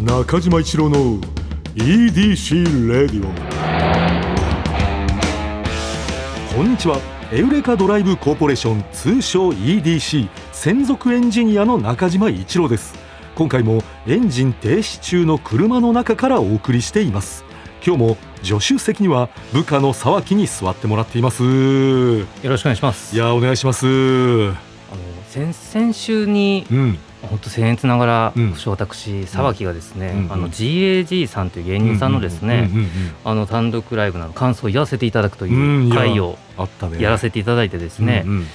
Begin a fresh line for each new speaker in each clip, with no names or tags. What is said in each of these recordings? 中島一郎の EDC レディオこんにちはエウレカドライブコーポレーション通称 EDC 専属エンジニアの中島一郎です今回もエンジン停止中の車の中からお送りしています今日も助手席には部下の沢木に座ってもらっていますい
よろしくお願いします。
やお願いします
あの先々週に
うん
本当僭越ながら、
うん
私私沢木がですね、
うんうん
あの GAG さんという芸人さんのですね、
うんうんうん
あの単独ライブの感想を言わせていただくと
うん
い
いうや
会を
あったね
やらせていただいてですね、
うんうん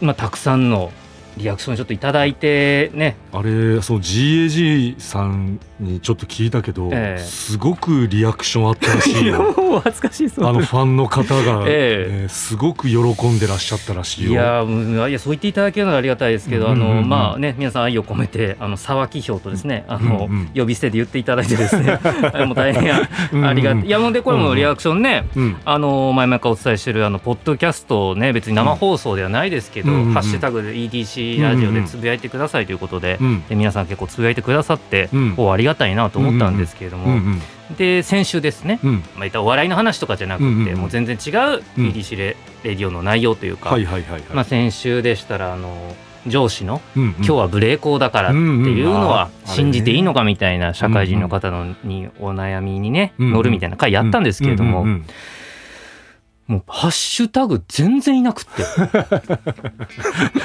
まあたくさんのリアクションちょっといただいてね、
あれその GAG さんにちょっと聞いたけど、
ええ
すごくリアクションあったらし いよ
もう恥ずかしい
あのファンの方が、ね
え
すごく喜んでらっしゃったらしいよ
いやうんいやそう言っていただけるのはありがたいですけど、
うんうんうん
あのまあね皆さん愛を込めてあの沢木票とですねあの、
うんうん
呼び捨てで言っていただいてです ねもう大変あ
うんうん
ありがたいいやもうでこれもリアクションね、
うん
あの前々からお伝えしてるあのポッドキャストをね別に生放送ではないですけど「
うんうんうん
ハッシュタグで EDC ラジオ」でつぶやいてくださいということで,、
うん
で皆さん結構つぶやいてくださって、
うん
おありがたいなと思ったんですけれども、
うんうん
で先週ですね、
うん
まあ、いったらお笑いの話とかじゃなくて、
うんうんうん
もう全然違う EDC レ,、レディオの内容というか、
はいはいはいはい、
まあ、先週でしたらあの上司の
うんうん
「今日は無礼講だから」っていうのは
うんうんあー
信じていいのかみたいな社会人の方のにお悩みにね
うんうん
乗るみたいな回やったんですけれど
う
も。
んうんうん
もうハッシュタグ全然いなくって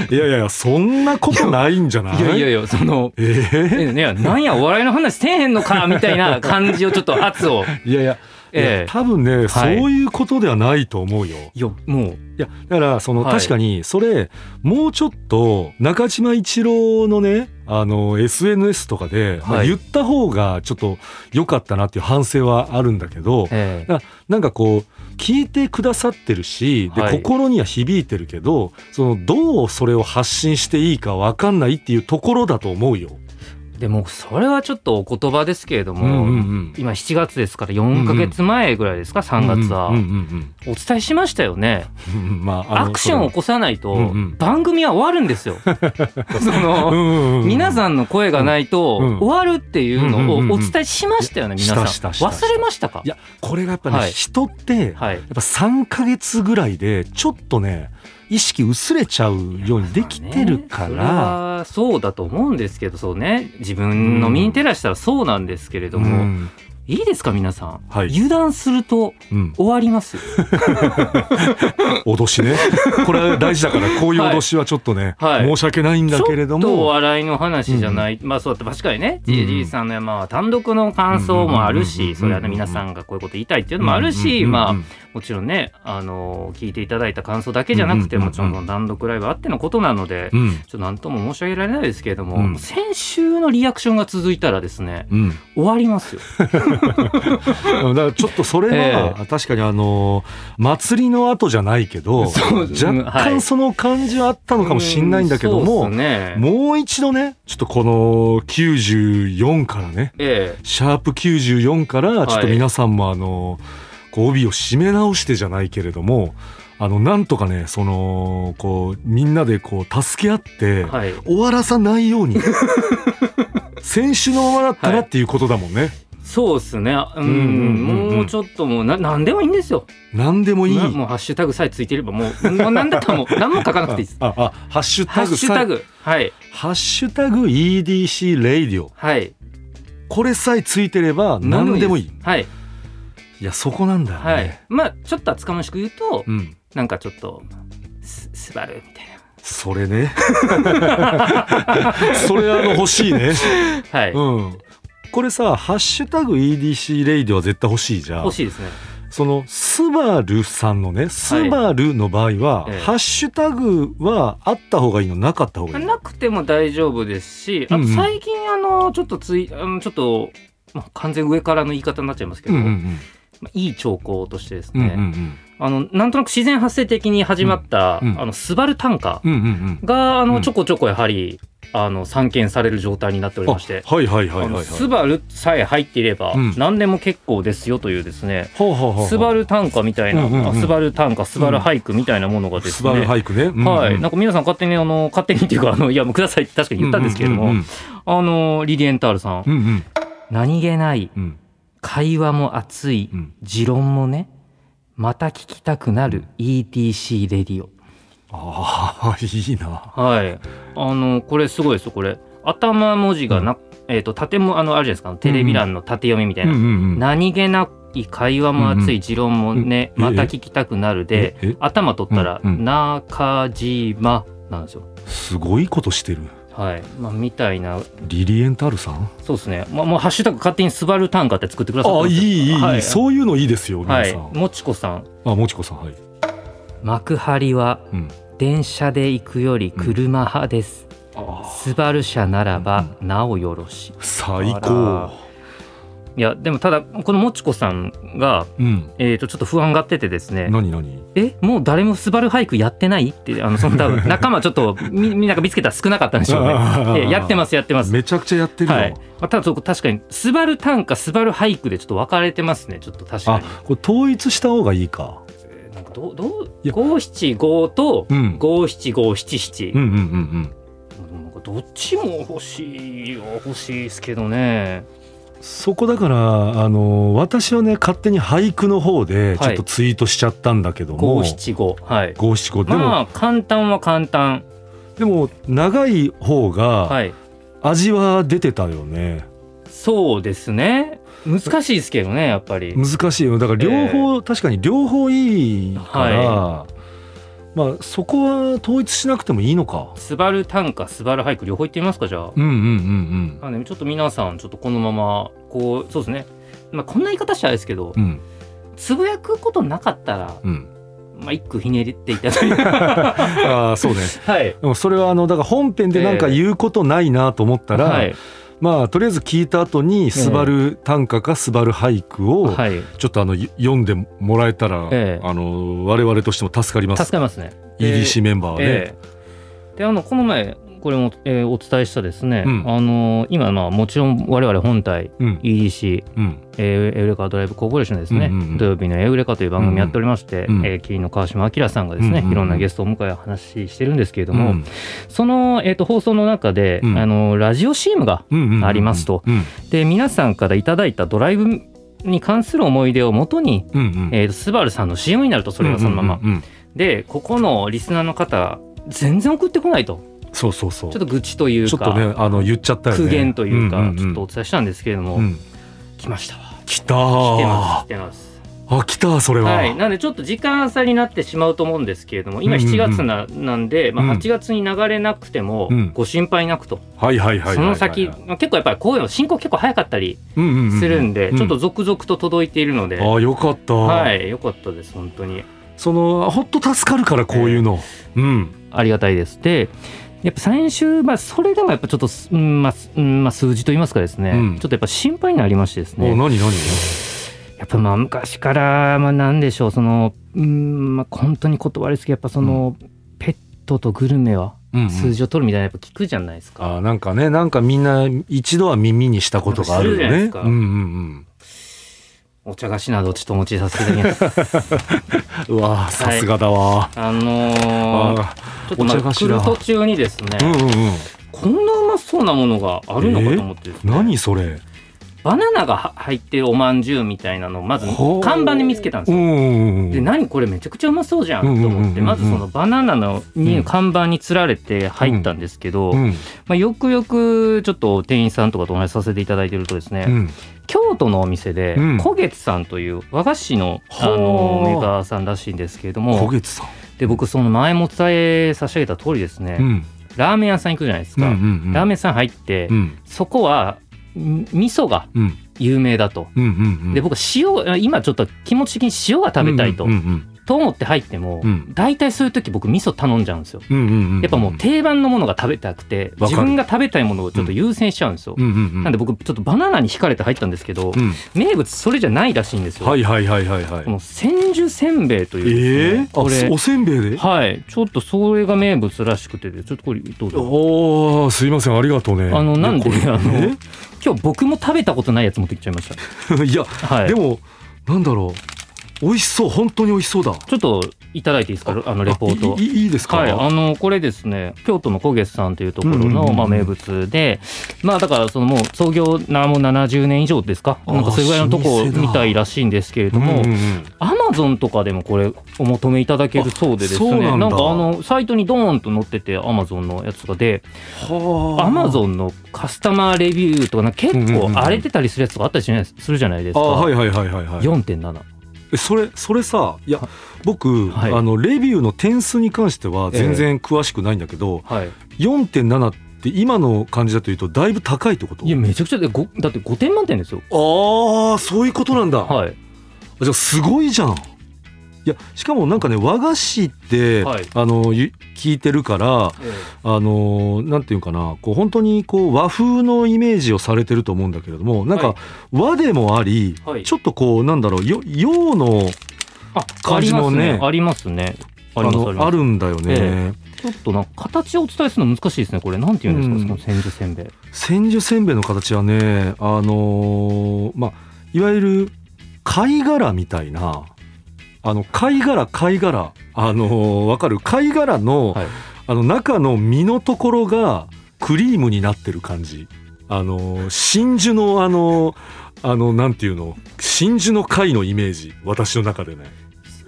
いやいやいやそんなことないんじゃない
いやいやいやその
ええ
えねなんやお笑いの話せえへんのかみたいな感じをちょっと圧を
いやいや、
ええ
いや多分ね、
はい
そういうことではないと思うよ
いやもう
いやだからその、
はい
確かにそれもうちょっと中島一郎のねあの SNS とかで、まあ
はい
言った方がちょっと良かったなっていう反省はあるんだけど
ええ
ななんかこう聞いてくださってるしで、
はい
心には響いてるけどそのどうそれを発信していいか分かんないっていうところだと思うよ。
でもそれはちょっとお言葉ですけれど
うん
も、
うんうん
今7月ですから4ヶ月前ぐらいですか、3月は、
うんうん
お伝えしましたよね
うんうんまああ
ア
の
クションを起こさないと
うんうん
番組は終わるんで すよ。そ
それ
の
うんうんうん
皆さんの声がないと
うんうん
終わるっていうのをお伝えしましたよね
うんうんうん
皆さん
したしたした
忘れましたか
いやこれがやっぱね、
はい
人って
はい
やっぱ3ヶ月ぐらいでちょっとね意識薄れちゃうようにできてるか
それ
ら。
はそうだと思うんですけどそうね自分の身に照らしたらそうなんですけれど
う
も、
ん
いいですか皆さん、
はい
油断すると
うん、
終わりますよ
脅し ねこれは大事だからこういう脅しはちょっとね、
はい
申し訳ないんだけれど
ちょっとお
も、
笑いの話じゃない、まあそうだって確かにね
うんうん
GG さんの山は単独の感想もある
うんうんうんう
し
ん
それはね皆さんがこういうこと言いたいっていうのもあるし、まあ
うん
もちろんね、あの聞いていただいた感想だけじゃなくて、
うんうんうんうん
もちろんその単独ライブあってのことなので、
うん
ちょっと何とも申し上げられないですけれども、
うん
先週のリアクションが続いたらですね、
うん
終わりますよ。
うんだからちょっとそれは、確かにあの祭りの後じゃないけど
そう
若
うんは
干
い
その感じはあったのかもしれないんだけども、
うんそうですね、
もう一度ねちょっとこの94からね
え
シャープ94からちょっと皆さんもあの、こう帯を締め直してじゃないけれどもあのなんとかねそのこうみんなでこう助け合って、
えはい。
終わらさないように 先週のままだったら
はい
っていうことだもんね、
そうですね。うん、
うんうんうんうん
もうちょっともうな何でもいいんですよ。
何でもいい。
なもうハッシュタグさえついてればもうもう何だったらもう
。
何も書かなくていいです
ああハッシュ
ハ
タ
ッ
グ
シュタ
さ
グはい
えハッシュタグ EDC レイディオ
はい
これさえついてれば何でもいいい
はい
やそこなんだよね、
はい。まあちょっと厚かましく言うと、
うん
なんかちょっとすスバルみたいな
それね それあの欲しいね
はい、
うん、これさ「ハッシュタグ #EDC レイディ」は絶対欲しいじゃん
欲しいですね
そのスバルさんのねスバルの場合は、
ええ
ハッシュタグはあった方がいいのなかった方がいいの
なくても大丈夫ですしあ
うん
と
うん
最近あのちょっとついあのちょっと、まあ、完全上からの言い方になっちゃいますけ
う
ど、
んうん
まあ、いい兆候としてです
うんう
ね、
んうん
あのなんとなく自然発生的に始まった、
うんうん
あのスバル単価
うんうんうん
があ
う
の
ん
ちょこちょこやはりあの散見される状態になっており
あ
まして。
はいはいはい
あ
はいは
の
い
スバルさえ入っていれば
うん
何でも結構ですよというですね、
ほうほうほう
スバル単価みたいな、
うんうんうん
あスバル単価スバル俳句みたいなものがです
ス
ね、
バル俳句ね、うんうん
はい、なんか皆さん勝手にあの勝手にっていうかあのいやもうくださいって確かに言ったんですけれども、
うんうん
あのリリエンタールさん
うんうん
何気ない
うん
会話も熱い、
うん
持論もねまた聞きたくなる ETC レディオ
ああいいな
はいあのこれすごいですよこれ頭文字がな、えっ、と縦もあのあるじゃないですかテレビ欄の縦読みみたいな、
うんうん
何気ない会話も熱
うんう
い持論もね、
うんえ
また聞きたくなる
え
で、
え
頭取ったら「
うんうん
中島」なんですよ。
すごいことしてる
はい、まあ、みたいな
リリエンタルさん
そうですね、まあ、もうハッシュタグ勝手に「スバル短歌」って作ってくださって
あいいいい、、
はいい、
そういうのいいですよ
は
皆
い
さん、、
もちこさん
あもちこさんはい、
「幕張は
うん、
電車で行くより車派です」
あ
スバル車ならばなおよろし
ー最
あ
高
いやでもただこのもちこさんが、
うん
えー、とちょっと不安がっててですね
何何
えもう誰もスバル俳句やってないって あのその多分仲間ちょっとみみんなが見つけたら少なかったんでしょうね。えやって
ま
ますやってます。
めちゃくちゃやってるよ、
はい。まあ、ただそこ確かにスバル短歌スバル俳句でちょっと分かれてますねちょっと確か
あ
に。
これ統一した方がいいか
えーなんかどうど
いうや
五七五と
うん
五七五七七
うんうんうんうん
なんかどっちも欲しいは欲しいですけどね。
そこだからあの私はね勝手に俳句の方で
はい
ちょっとツイートしちゃったんだけども、
五七五はい。
五七五でも、
まあ簡単は簡単
でも長い方が
はい。
味は出てたよね、
そうですね難しいですけどねやっぱり。
難しいよだから両方、確かに両方いいから、まあそこは統一しなくてもいいのか
スバル短歌スバル俳句両方言ってみますかじゃあ。
うんうんうん
あのちょっと皆さんちょっとこのままこうそうですね、まあ、こんな言い方しちゃあれですけど
うんうん
つぶやくことなかったら、
うん
まあ、一句ひねっていただいて
ああ そう ね
はい
でもそれはあのだから本編でなんか言うことないなと思ったら、
はい
まあとりあえず聞いた後に「スバル短歌」か「スバル俳句」を
はい
ちょっとあの読んでもらえたら、
ええ
あの我々としても助かりま
助
す
かりますね
EDC メンバーはね、
ええであのこの前これも、えーお伝えしたですね、
うん
あの今、まあ、もちろん我々本体
うん
EDC
うん
えーエウレカドライブコーポレーションですね、
うんうんうん
土曜日のエウレカという番組やっておりまして、
うんうん
えー麒麟の川島明さんがですね、
うんうんうん
いろんなゲストをお迎え話してるんですけれど
うん
も、その、えー、と放送の中で、
うん
あのラジオ CM が
うんうんうん
ありますと
うん
で皆さんからいただいたドライブに関する思い出をもとに、
うんうん
えー、とスバルさんの CM になるとそれがそのまま、
うんうんうんうん
でここのリスナーの方全然送ってこないと
そうそうそう
ちょっと愚痴という
ちょ
か
っとねあの言っちゃったよね
苦言というか、
んんん
ちょっとお伝えしたんですけれども、
うん
来ましたわ
来た
来てま
ー
す来てます
あ来たそれは、
はい、なのでちょっと時間差になってしまうと思うんですけれども今
うんうんうん
7月な,、なんで、ま
うん
あ、8月に流れなくても
うん
ご心配なくと、
はいはいはいはいはいはい
その先、まあ結構やっぱりこういうの進行結構早かったり
うんうんうん
するんで、
う
ちょっと続々と届いているので、
あよかった、
はい、よかったです本当に
そのほんと助かるからこういうの、うん
ありがたいです。でやっぱ先週、まあ、それでもやっぱちょっとす、うんまあすうんまあ、数字といいますかですね、
うん
ちょっとやっぱ心配になりましてです
お
ね
何何
やっぱまあ昔から、まあ、なんでしょうその、うんまあ、本当に断りすぎやっぱその、ペットとグルメは
うんうん
数字を取るみたいなやっぱ聞くじゃないですか。
あなんかねなんかみんな一度は耳にしたことがあるよ
するじゃない
ね
ですか
うんうん
お茶菓子などちょっとお持ちさせていただ きます。
うんうわーさすがだわ、
あのー
あ
ちょっとま
お茶
あ
菓子
来
だ
る途中にですね、
ーうんうんうん
こんなうまそうなものがあるのかと思ってですね、
何それ
バナナがは入ってるおまんじゅうみたいなのをまず
ほう
看板で見つけたんです
うん
よ。
うんうん
で何これめちゃくちゃうまそうじゃんと
うんうんうん
思
う
っ
ん
て
うん
まずそのバナナの
う
に
ん
看板につられて入ったんですけど、
うん
まあ、よくよくちょっと店員さんとかとお話しさせていただいてるとですね、
うん
京都のお店で
うん
古月さんという和菓子の,、
はあ
あのメーカーさんらしいんですけれど
小
も
月さん
で僕その前も伝え差し上げた通りですね、
うん
ラーメン屋さん行くじゃないです
うん
か、
うんうん
ラーメン屋さん入って、
うん
そこはみ味噌が
うん
有名だと。
うんうんうん
で僕塩今ちょっと気持ち的に塩が食べたいと、
うんうん
と思って入っても、
うん
大体そういう時僕味噌頼んじゃうんですよ
うんうんうんうん
やっぱもう定番のものが食べたくて
わかる
自分が食べたいものをちょっと優先しちゃうんですよ、
うんうんうん
なんで僕ちょっとバナナに惹かれて入ったんですけど、
うん
名物それじゃないらしいんですよ、
はいはいはいはいは
こ
い
の千住せんべいという、
え
ね
えあ
これ
おせんべいで
はいちょっとそれが名物らしくてちょっとこれどうぞ
おーすいませんありがとうね
あのなんで
いやこれ
あの 今日僕も食べたことないやつ持ってきちゃいまし
えいや
たはい
でもなんだろ美味しそう本当に美味しそうだ
ちょっといただいていいですかあのレポート
あいいいいいいですか、
はい、あのこれですね京都の古月さんというところ
うんうん
の、
うん
まあ、名物でまあだからそのもう創業なもう70年以上ですか
あー
なんかそれぐらいのとこ
老舗だ
みたいらしいんですけれ
う
ど
んうん
も
うん
アマゾンとかでもこれお求めいただけるそうでです
あそう
ね
な
なんん
だ
かあのサイトにドーンと載っててアマゾンのやつとかで
はあ
アマゾンのカスタマーレビューとかなんか結
うんうんう
構
ん
荒れてたりするやつとかあったりしないするじゃないです
あ
か、
はいはいはいはいはい
4.7
えそれそれさいや僕、
はい
あのレビューの点数に関しては全然詳しくないんだけど、
はい
4.7って今の感じだと言うとだいぶ高いってこと
いやめちゃくちゃでごだって5点満点ですよ
ああそういうことなんだ、
はい
あじゃあすごいじゃんいやしかもなんかね和菓子って、
はい
あのゆ聞いてるからあのなんていうかなこう本当にこう和風のイメージをされてると思うんだけれどもなんか
は
和でもあり、
はい
ちょっとこうなんだろうよ洋の
あ
感じのね
ありますねあ
あ
りますねあります
のあるんだよね、
えちょっとなんか形をお伝えするの難しいですねこれなんて言うんですか、
うん
その千住せんべい
千住せんべいの形はねあのーまあいわゆる貝殻みたいなあの貝殻貝殻あのーわかる貝殻の,、
はい
あの中の身のところがクリームになってる感じあのー真珠のあのあのなんていうの真珠の貝のイメージ私の中でね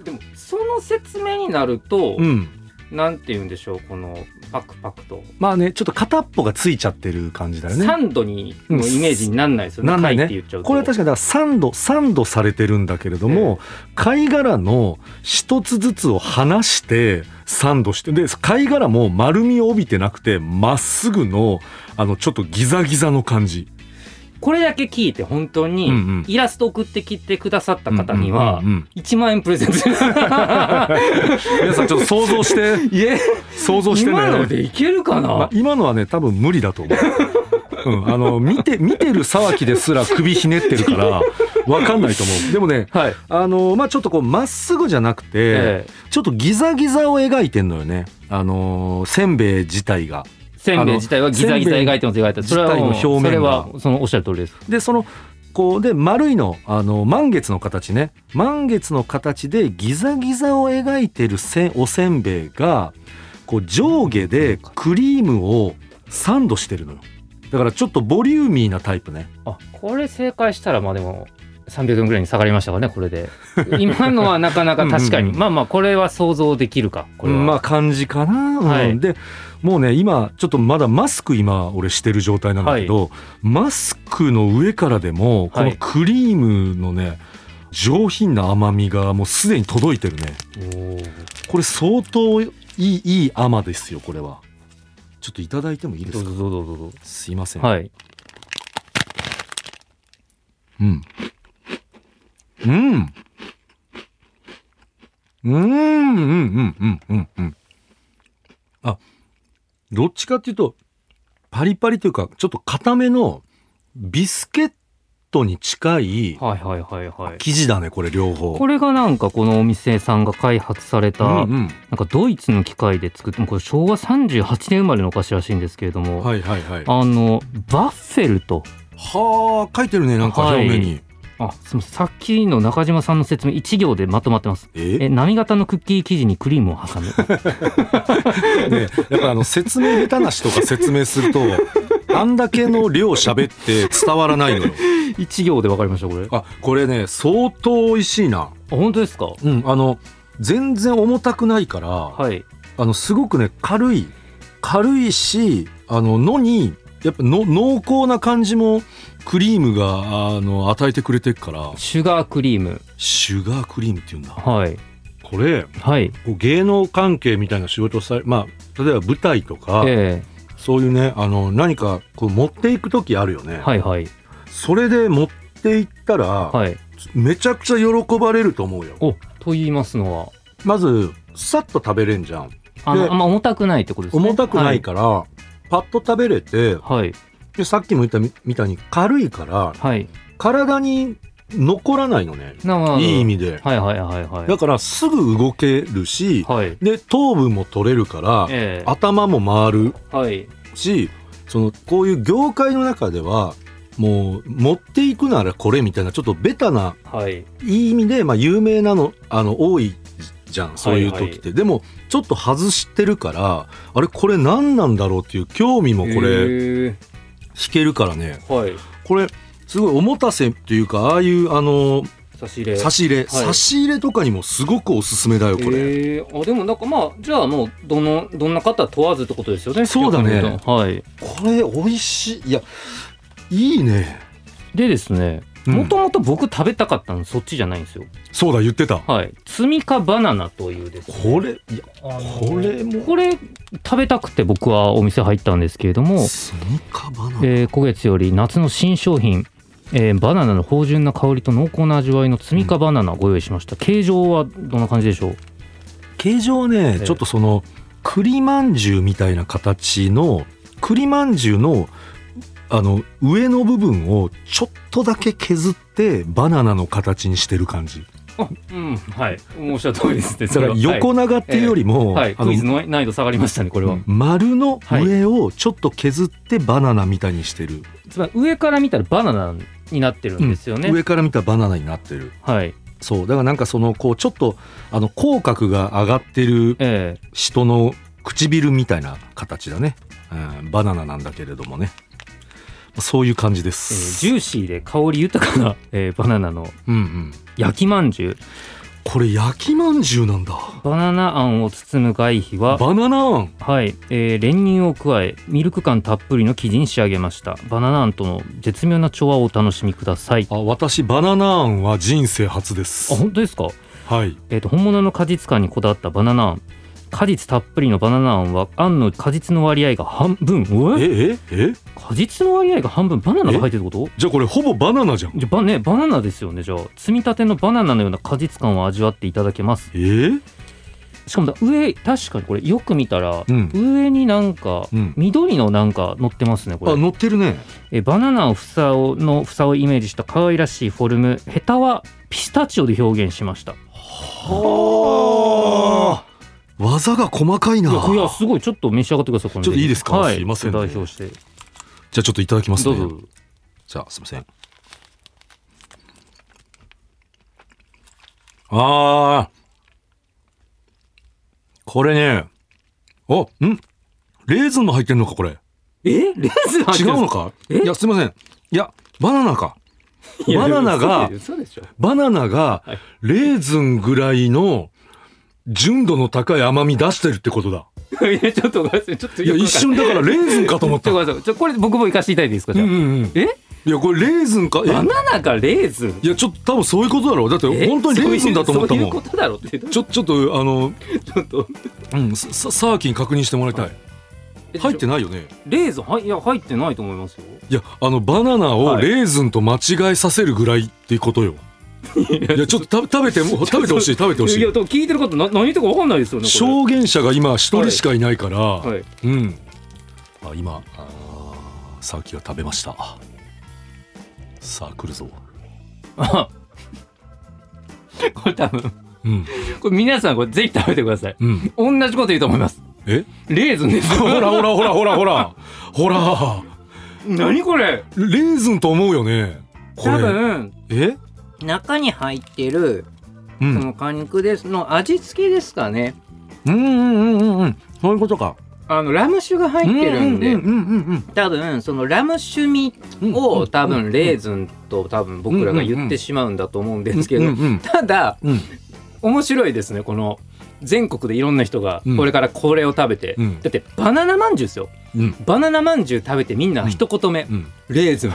でもその説明になると
うん
なんて言うんでしょうこのパクパクと、
まあねちょっと片っぽがついちゃってる感じだよね
ンドにのイメージになんないです
なんないね
言っちゃう
これは確かにだからサンドサンドされてるんだけれども、貝殻の一つずつを離してサンドしてで貝殻も丸みを帯びてなくてまっすぐのあのちょっとギザギザの感じ
これだけ聞いて本当に
うんうん
イラスト送ってきてくださった方には
うんうんうん
1万円プレゼント
皆さんちょっと想像して
いえ
想像してね
今のでいけるかな、
まあ今のはね多分無理だと思う。 うん、あの見て見てる騒ぎですら首ひねってるから分かんないと思うでもね
はい
あのまあちょっとこうまっすぐじゃなくて、
ええ
ちょっとギザギザを描いてんのよね。あのーせんべい自体が。
せんべい自体はギザギザ描いてます描いてますそれはもう
せんべい自体の表面が
それはそのおっしゃる通りです
で、その、こう、で、丸いの、あの、満月の形ね。満月の形でギザギザを描いてるせんおせんべいが、こう、上下でクリームをサンドしてるのよ。だからちょっとボリューミーなタイプね。
あこれ正解したらまあでも300円ぐらいに下がりましたからねこ れで今のはなかなか確かに
うんうん
まあまあこれは想像できるかこれは、
まあ感じかな、うん
はい
でもうね今ちょっとまだマスク今俺してる状態なんだけど、マスクの上からでもこ
は
の
い
クリームのね上品な甘みがもうすでに届いてるね
おー
これ相当いいいい甘ですよこれはちょっといただいてもいいで
ど
す
う
か
ぞどうぞどうぞ
すいません、
はい
うんうんうんうんうんうんうんうんあどっちかっていうとパリパリというかちょっと固めのビスケットに近い
はいはいはいはい
生地だねこれ両方
これがなんかこのお店さんが開発された、
うん
なんかドイツの機械で作ってもうこれ昭和38年生まれのお菓子らしいんですけれど
う
も、
ん、はいはいはいは
あのバッフェルと
あ書いてるねなんか
はい
表面に、
あすみませんさっきの中島さんの説明1行でまとまってますえ
え
波型のクッキー生地にクリームを挟む
ねやっぱあの説明下手な人が説明するとあんだけの量喋って伝わらないのよ
1行でわかりましたこれ
あこれね相当美味しいな
あ本当ですか
うんあの全然重たくないから、
はい
あのすごくね軽い軽いしあののにやっぱの濃厚な感じもクリームがあの与えてくれてるから
シュガークリーム
シュガークリームっていうんだ
はい
これ
はい
こう芸能関係みたいな仕事をされまあ例えば舞台とか、
え
そういうねあの何かこう持っていく時あるよね、
えはいはい
それで持っていったら、
はい
めちゃくちゃ喜ばれると思うよ
おと言いますのは
まずさっと食べれんじゃん
あ
で
のあんま重たくないってことですね
重たくないから、パッと食べれて
はい
でさっきも言ったみみたいに軽いから
はい
体に残らないのね
ない
い意味で、
はいはいはいはい
だからすぐ動けるし、
はい
で糖分も取れるから、
ええ
頭も回る
はい
しそのこういう業界の中ではもう持っていくならこれみたいなちょっとベタな
はい
いい意味で、まあ、有名なのあの多いじゃんそういう時って、
はいは
でもちょっと外してるからあれこれ何なんだろうっていう興味もこれ
れ
引けるからね
はい
これすごいおもたせっていうかああいうあの
差し入れ
差し入れ、差し入れとかにもすごくおすすめだよこれ、
えーあでもなんかまあじゃあもうどのどんな方問わずってことですよね
そうだね
逆に言うとはい
これ美味しいいやいいね
でですね
うん
もともと僕食べたかったのそっちじゃないんですよ
そうだ言ってた
はい摘みかバナナというですね
これいや
あの
これも
これ食べたくて僕はお店入ったんですけれども、
スニカバナナ、
えー、今月より夏の新商品、えーバナナの芳醇な香りと濃厚な味わいの摘みかバナナご用意しました、形状はどんな感じでしょう
形状はね、
ええ
ちょっとその栗まんじゅうみたいな形の栗まんじゅうのあの上の部分をちょっとだけ削ってバナナの形にしてる感じ
あうんはいおっしゃる通りですね
だから横長っていうよりも、
はい、
あ
クイズ
の
の難易度下がりましたねこれは、
うん丸の上をちょっと削ってバナナみたいにしてる、
つまり上から見たらバナナになってるんですよね、
上から見たらバナナになってる
はい
そうだからなんかそのこうちょっとあの口角が上がってる
ええ
人の唇みたいな形だね、うん、バナナなんだけれどもねそういう感じで
えー
す、
ジューシーで香り豊かな、えーバナナの
うんうん、
焼きまんじゅう
これ焼きまんじゅうなんだ
バナナあんを包む外皮は
バナナあん
はい、えー練乳を加えミルク感たっぷりの生地に仕上げましたバナナあんとの絶妙な調和をお楽しみください
あ私バナナあんは人生初です
あ本当ですか、
はい
えー、と本物の果実感にこだわったバナナあん果実たっぷりのバナナあんはあんの果実の割合が半分え
えええ
果実の割合が半分バナナが入ってるってこと
じゃあこれほぼバナナじゃん
じゃばねバナナですよねじゃあ摘みたてのバナナのような果実感を味わっていただけます
えー、
しかもだ上確かにこれよく見たら、
うん
上になんか
うん
緑のなんか乗ってますねこれ
あ乗ってるね
えバナナを房をの房をイメージした可愛らしいフォルムヘタはピスタチオで表現しました
はあ技が細かいない
やいやすごいちょっと召し上がってくださいこの
ちょっといいですか
はい
すいませんね
代表して
じゃあちょっといただきます
どう
ね
ぞ
じゃあすいません。あーこれね、あ、んレーズンも入ってんのかこれ。
えレーズン
違うのかいや、すいません。いや、バナナか。バナナが、
そうでしょ
バナナが
はい、
レーズンぐらいの純度の高い甘み出してるってことだ。
いやちょっとごめんなさいちょっと
いや、一瞬だからレーズンかと思った。
ち
う
ょ
ん
っとごめんなさいちょこれ僕も行かせていただいていいですかじゃ
う
あ、
んうん。
え
いや、これレーズンか。え
バナナがレーズン
いや、ちょっと多分そういうことだろう。だって
え
本当にレーズンだと思ったも。
そういうんことだろうってち
ちょ、ちょっと、あの、
ょっと
うん、ささサーキン確認してもらいたい。入って
ない
ないよね。
レーズンはいいや入ってないと思いますよ
いや、あのバナナを
はい
レーズンと間違えさせるぐらいっていうこと よ。いや、ちょっと食べ食べても、食べてほしい、食べてほし
いや
い。
でも聞いてることな何言ってるか分かんないですよねこれ
証言者が今一人しかいないから。
はい
うん。あ、今、あーサーキが食べました。さあ、来るぞ。
あこれ多分
うん、
これ皆さんこれぜひ食べてください
うん。
同じこと言うと思います
え、
レーズンです
ほらほらほらほらほら。ほら、
何これ
レーズンと思うよね。こ
多
れ。
分
え、
中に入ってる
う
そ
ん。
の果肉ですの味付けですかね
うんうんうんうんうん。そういうことか。
あのラム酒が入ってるんで
うんうんうんうん
多分そのラム酒味
うん
を多分レーズンと多分僕らが言ってしまうんだと思うんですけど
うんうん
ただ
うん
面白いですねこの全国でいろんな人が
うん
これからこれを食べて
うん
だってバナナまんじゅうですよ
うん
バナナまんじゅう食べてみんな一言目
うん
レーズン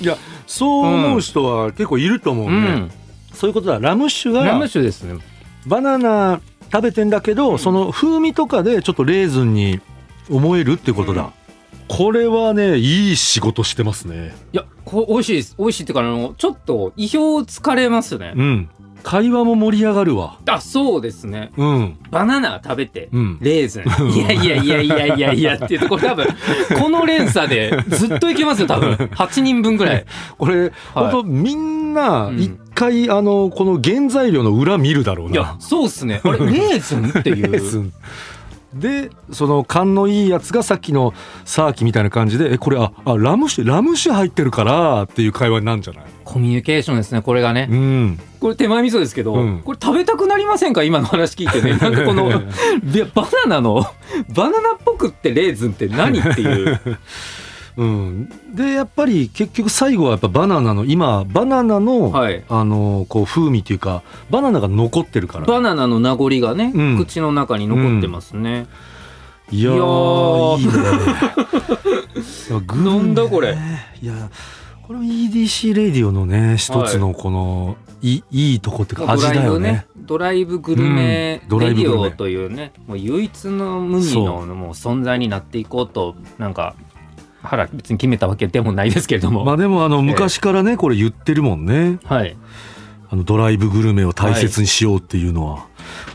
いやそう思う人は結構いると思う
う
ね、
ん
そういうことだラム酒が
ラム酒ですね
バナナ食べてんだけど、その風味とかでちょっとレーズンに思えるってことだ、これはねいい仕事してますね
いやこ美味しいです美味しいっていうかあのちょっと意表をつかれますね
うん会話も盛り上がるわ
あそうですね
うん
バナナ食べて
うん
レーズンいやいやいやいやいやいやっていうとこれ多分この連鎖でずっといけますよ多分8人 分ぐらい
これ、
はい
ほんとみんな
うん
一回、あのこの原材料の裏見るだろう
いや
な
そうっすねあれレーズンってい
レーズ
う
ンでその勘のいいやつがさっきのサーキみたいな感じで「えこれああラム酒ラム酒入ってるから」っていう会話になるんじゃない
コミュニケーションですねこれがね、
うん
これ手前味噌ですけど、
うん
これ食べたくなりませんか今の話聞い てねなんかこのいやバナナのバナナっぽくってレーズンって何っていう
うん、でやっぱり結局最後はやっぱバナナの今バナナの、
はい
あのこう風味っていうかバナナが残ってるから
バナナの名残がね、
うん
口の中に残ってますね、
いや
いや
ー
ー
いいねいやグルメ ね
なんだこれ
いやこれも EDC レディオのね一つのこの、い、いいとこっていうか味だよね
ドライブグルメ
うんドライ
レ
ブ
デ
グル
ィ
メ
オというね、もう唯一の無二
そ
のもう存在になっていこうとなんか腹別に決めたわけでもないですけれども、
まあでもあの昔からねこれ言ってるもんね
はい
あのドライブグルメを大切にしようっていうのは、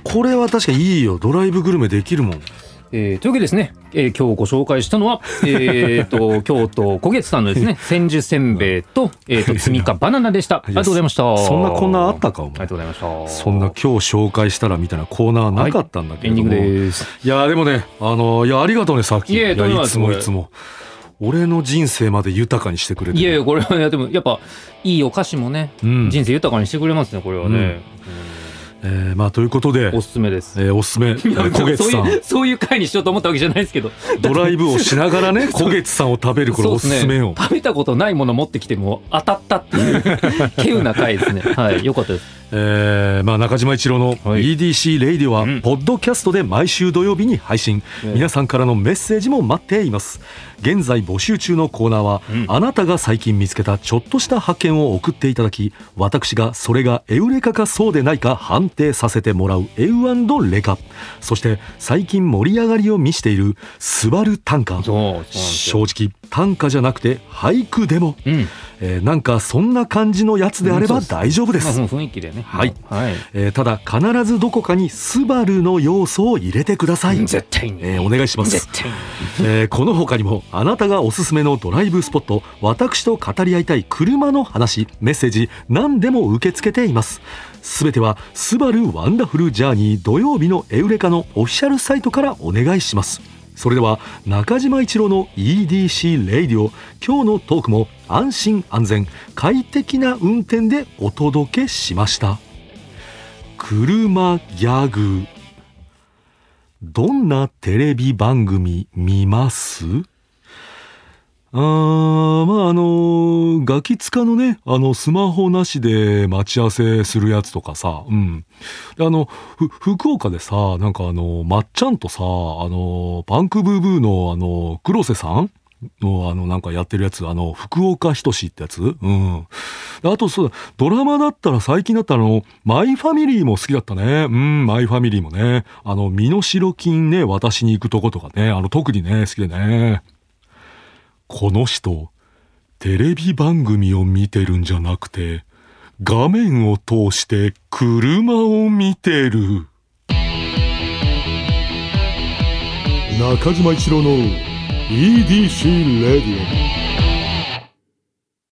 これは確かいいよドライブグルメできるもん
えーというわけでですね、えー今日ご紹介したのは、えー、 と京都古月さんのですね千住せんべいと,、えー、と積みかバナナでしたありがとうございました
そんなこんなあった
あ
かお
りが
前
とうございました
そんな今日紹介したらみたいなコーナーはなかったんだけ
エ
れ
ン
ど
ディン
も、
グ
い、
です
やでもねあのいやありがとうねさっき
いえ
や
とんでもない
い
です
つもいつも俺の人生まで豊かにしてくれて
いやい
る
やこれはねでもやっぱいいお菓子もね、
うん
人生豊かにしてくれますねこれはね、
えーまあということで
うんおすすめです
えーおすすめえー
そ
古
う
月さん
いうそういう回にしようと思ったわけじゃないですけど
ドライブをしながら ね古月さんを食べるこれ
そう
お
ですすね
すめを、
食べたことないもの持ってきても当たったっ ていう稀有な回ですねはいよかったです
えーまあ、中島一郎の
はい
EDC レイディオは
うん
ポッドキャストで毎週土曜日に配信、
ええ
皆さんからのメッセージも待っています現在募集中のコーナーは、
うん
あなたが最近見つけたちょっとした発見を送っていただき私がそれがエウレカかそうでないか判定させてもらうエウレカそして最近盛り上がりを見している「スバル短歌」
そうそうなんですよ
正直短歌じゃなくて俳句でも、
うん
えーなんかそんな感じのやつであれば大丈夫です
まあ、その雰囲気でね。
はい
はい。
えーただ必ずどこかに「スバルの要素を入れてください。
絶対に。
えーお願いします、
絶対に。
えーこの他にもあなたがおすすめのドライブスポット私と語り合いたい車の話メッセージ何でも受け付けていますすべては「スバルワンダフルジャーニー土曜日のエウレカ」のオフィシャルサイトからお願いしますそれでは中島一郎の EDC レイディオ今日のトークも安心安全快適な運転でお届けしました車ギャグどんなテレビ番組見ますあーまああのガキ使のねあのスマホなしで待ち合わせするやつとかさうんであのふ福岡でさなんかあのまっちゃんとさあのパンクブーブーのあの黒瀬さんのあのなんかやってるやつあの福岡仁ってやつうんであとそうだドラマだったら最近だったらあのマイファミリーも好きだったねうんマイファミリーもねあの身代金ね渡しに行くとことかねあの特にね好きでねこの人テレビ番組を見てるんじゃなくて画面を通して車を見てる中島一郎の EDC レディオ